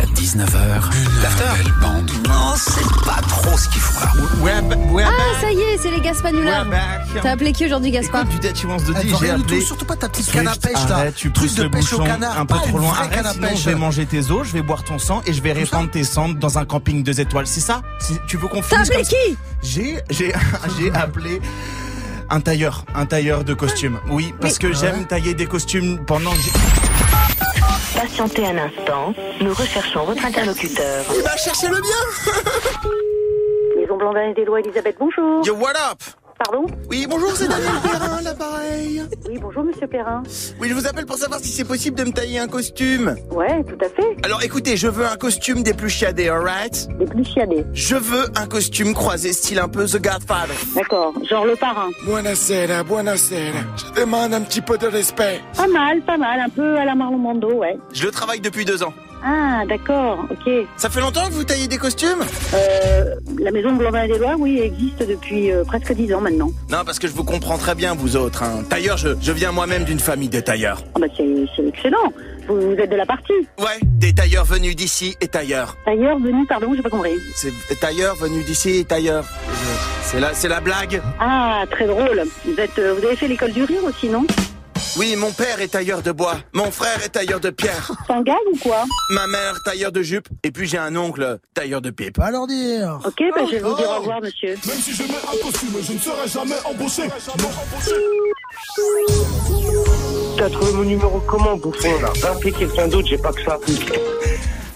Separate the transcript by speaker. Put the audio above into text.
Speaker 1: 19h, la belle bande. Non, c'est pas trop ce qu'ils font là.
Speaker 2: We're ba- we're
Speaker 3: Ah, ça y est, c'est les Gaspanulars.
Speaker 2: We're back.
Speaker 3: T'as appelé qui aujourd'hui, Gaspard
Speaker 2: Écoute, du Detachments de
Speaker 1: Elle
Speaker 2: D, j'ai
Speaker 1: rien du tout,
Speaker 2: appelé.
Speaker 1: surtout pas ta petite
Speaker 2: Swift,
Speaker 1: canne à pêche là.
Speaker 2: arrête, tu
Speaker 1: Truc
Speaker 2: pousses
Speaker 1: de
Speaker 2: le
Speaker 1: pêche au
Speaker 2: bouchon
Speaker 1: canard,
Speaker 2: un peu
Speaker 1: pas
Speaker 2: trop
Speaker 1: une
Speaker 2: loin.
Speaker 1: vraie canne
Speaker 2: Arrête,
Speaker 1: à
Speaker 2: sinon
Speaker 1: pêche.
Speaker 2: je vais manger tes os, je vais boire ton sang et je vais répandre tes cendres dans un camping deux étoiles. C'est ça Si Tu veux qu'on
Speaker 3: T'as
Speaker 2: finisse
Speaker 3: appelé
Speaker 2: comme ça
Speaker 3: qui
Speaker 2: J'ai, j'ai, j'ai appelé un tailleur, un tailleur de costume. Oui, parce que j'aime tailler des costumes pendant que j'ai...
Speaker 4: Patientez un instant, nous recherchons votre interlocuteur.
Speaker 2: Il va chercher le bien
Speaker 4: Maison Blandin et des lois, Elisabeth, bonjour.
Speaker 2: Yo, what up
Speaker 4: Pardon
Speaker 2: Oui, bonjour, c'est Daniel Perrin, l'appareil.
Speaker 4: Oui, bonjour, monsieur Perrin.
Speaker 2: Oui, je vous appelle pour savoir si c'est possible de me tailler un costume.
Speaker 4: Ouais, tout à fait.
Speaker 2: Alors écoutez, je veux un costume des plus chiadés, alright
Speaker 4: Des plus chiadés.
Speaker 2: Je veux un costume croisé, style un peu The Godfather.
Speaker 4: D'accord, genre le parrain.
Speaker 5: Buonasera, buonasera. Je demande un petit peu de respect.
Speaker 4: Pas mal, pas mal, un peu à la Marlon Mando, ouais.
Speaker 2: Je le travaille depuis deux ans.
Speaker 4: Ah, d'accord, ok.
Speaker 2: Ça fait longtemps que vous taillez des costumes
Speaker 4: Euh, la maison Blandin et des lois, oui, existe depuis euh, presque dix ans maintenant.
Speaker 2: Non, parce que je vous comprends très bien, vous autres. Hein. Tailleur, je, je viens moi-même d'une famille de tailleurs.
Speaker 4: Ah bah c'est c'est excellent, vous, vous êtes de la partie.
Speaker 2: Ouais, des tailleurs venus d'ici et tailleurs.
Speaker 4: D'ailleurs, venu, pardon, j'ai pas compris.
Speaker 2: C'est tailleurs venus d'ici et tailleurs. Je- C'est la, c'est la blague.
Speaker 4: Ah, très drôle. Vous, êtes, euh, vous avez fait l'école du rire aussi, non
Speaker 2: Oui, mon père est tailleur de bois, mon frère est tailleur de pierre,
Speaker 4: Sans gag ou quoi
Speaker 2: ma mère tailleur de jupe, et puis j'ai un oncle tailleur de pipe.
Speaker 1: Pas leur dire.
Speaker 4: Ok, bah, je vais vous dire au revoir, monsieur.
Speaker 5: Même si je mets un costume, je ne serai jamais embauché.
Speaker 6: T'as trouvé mon numéro comment, bouffon, là Va appeler quelqu'un d'autre, j'ai pas que ça.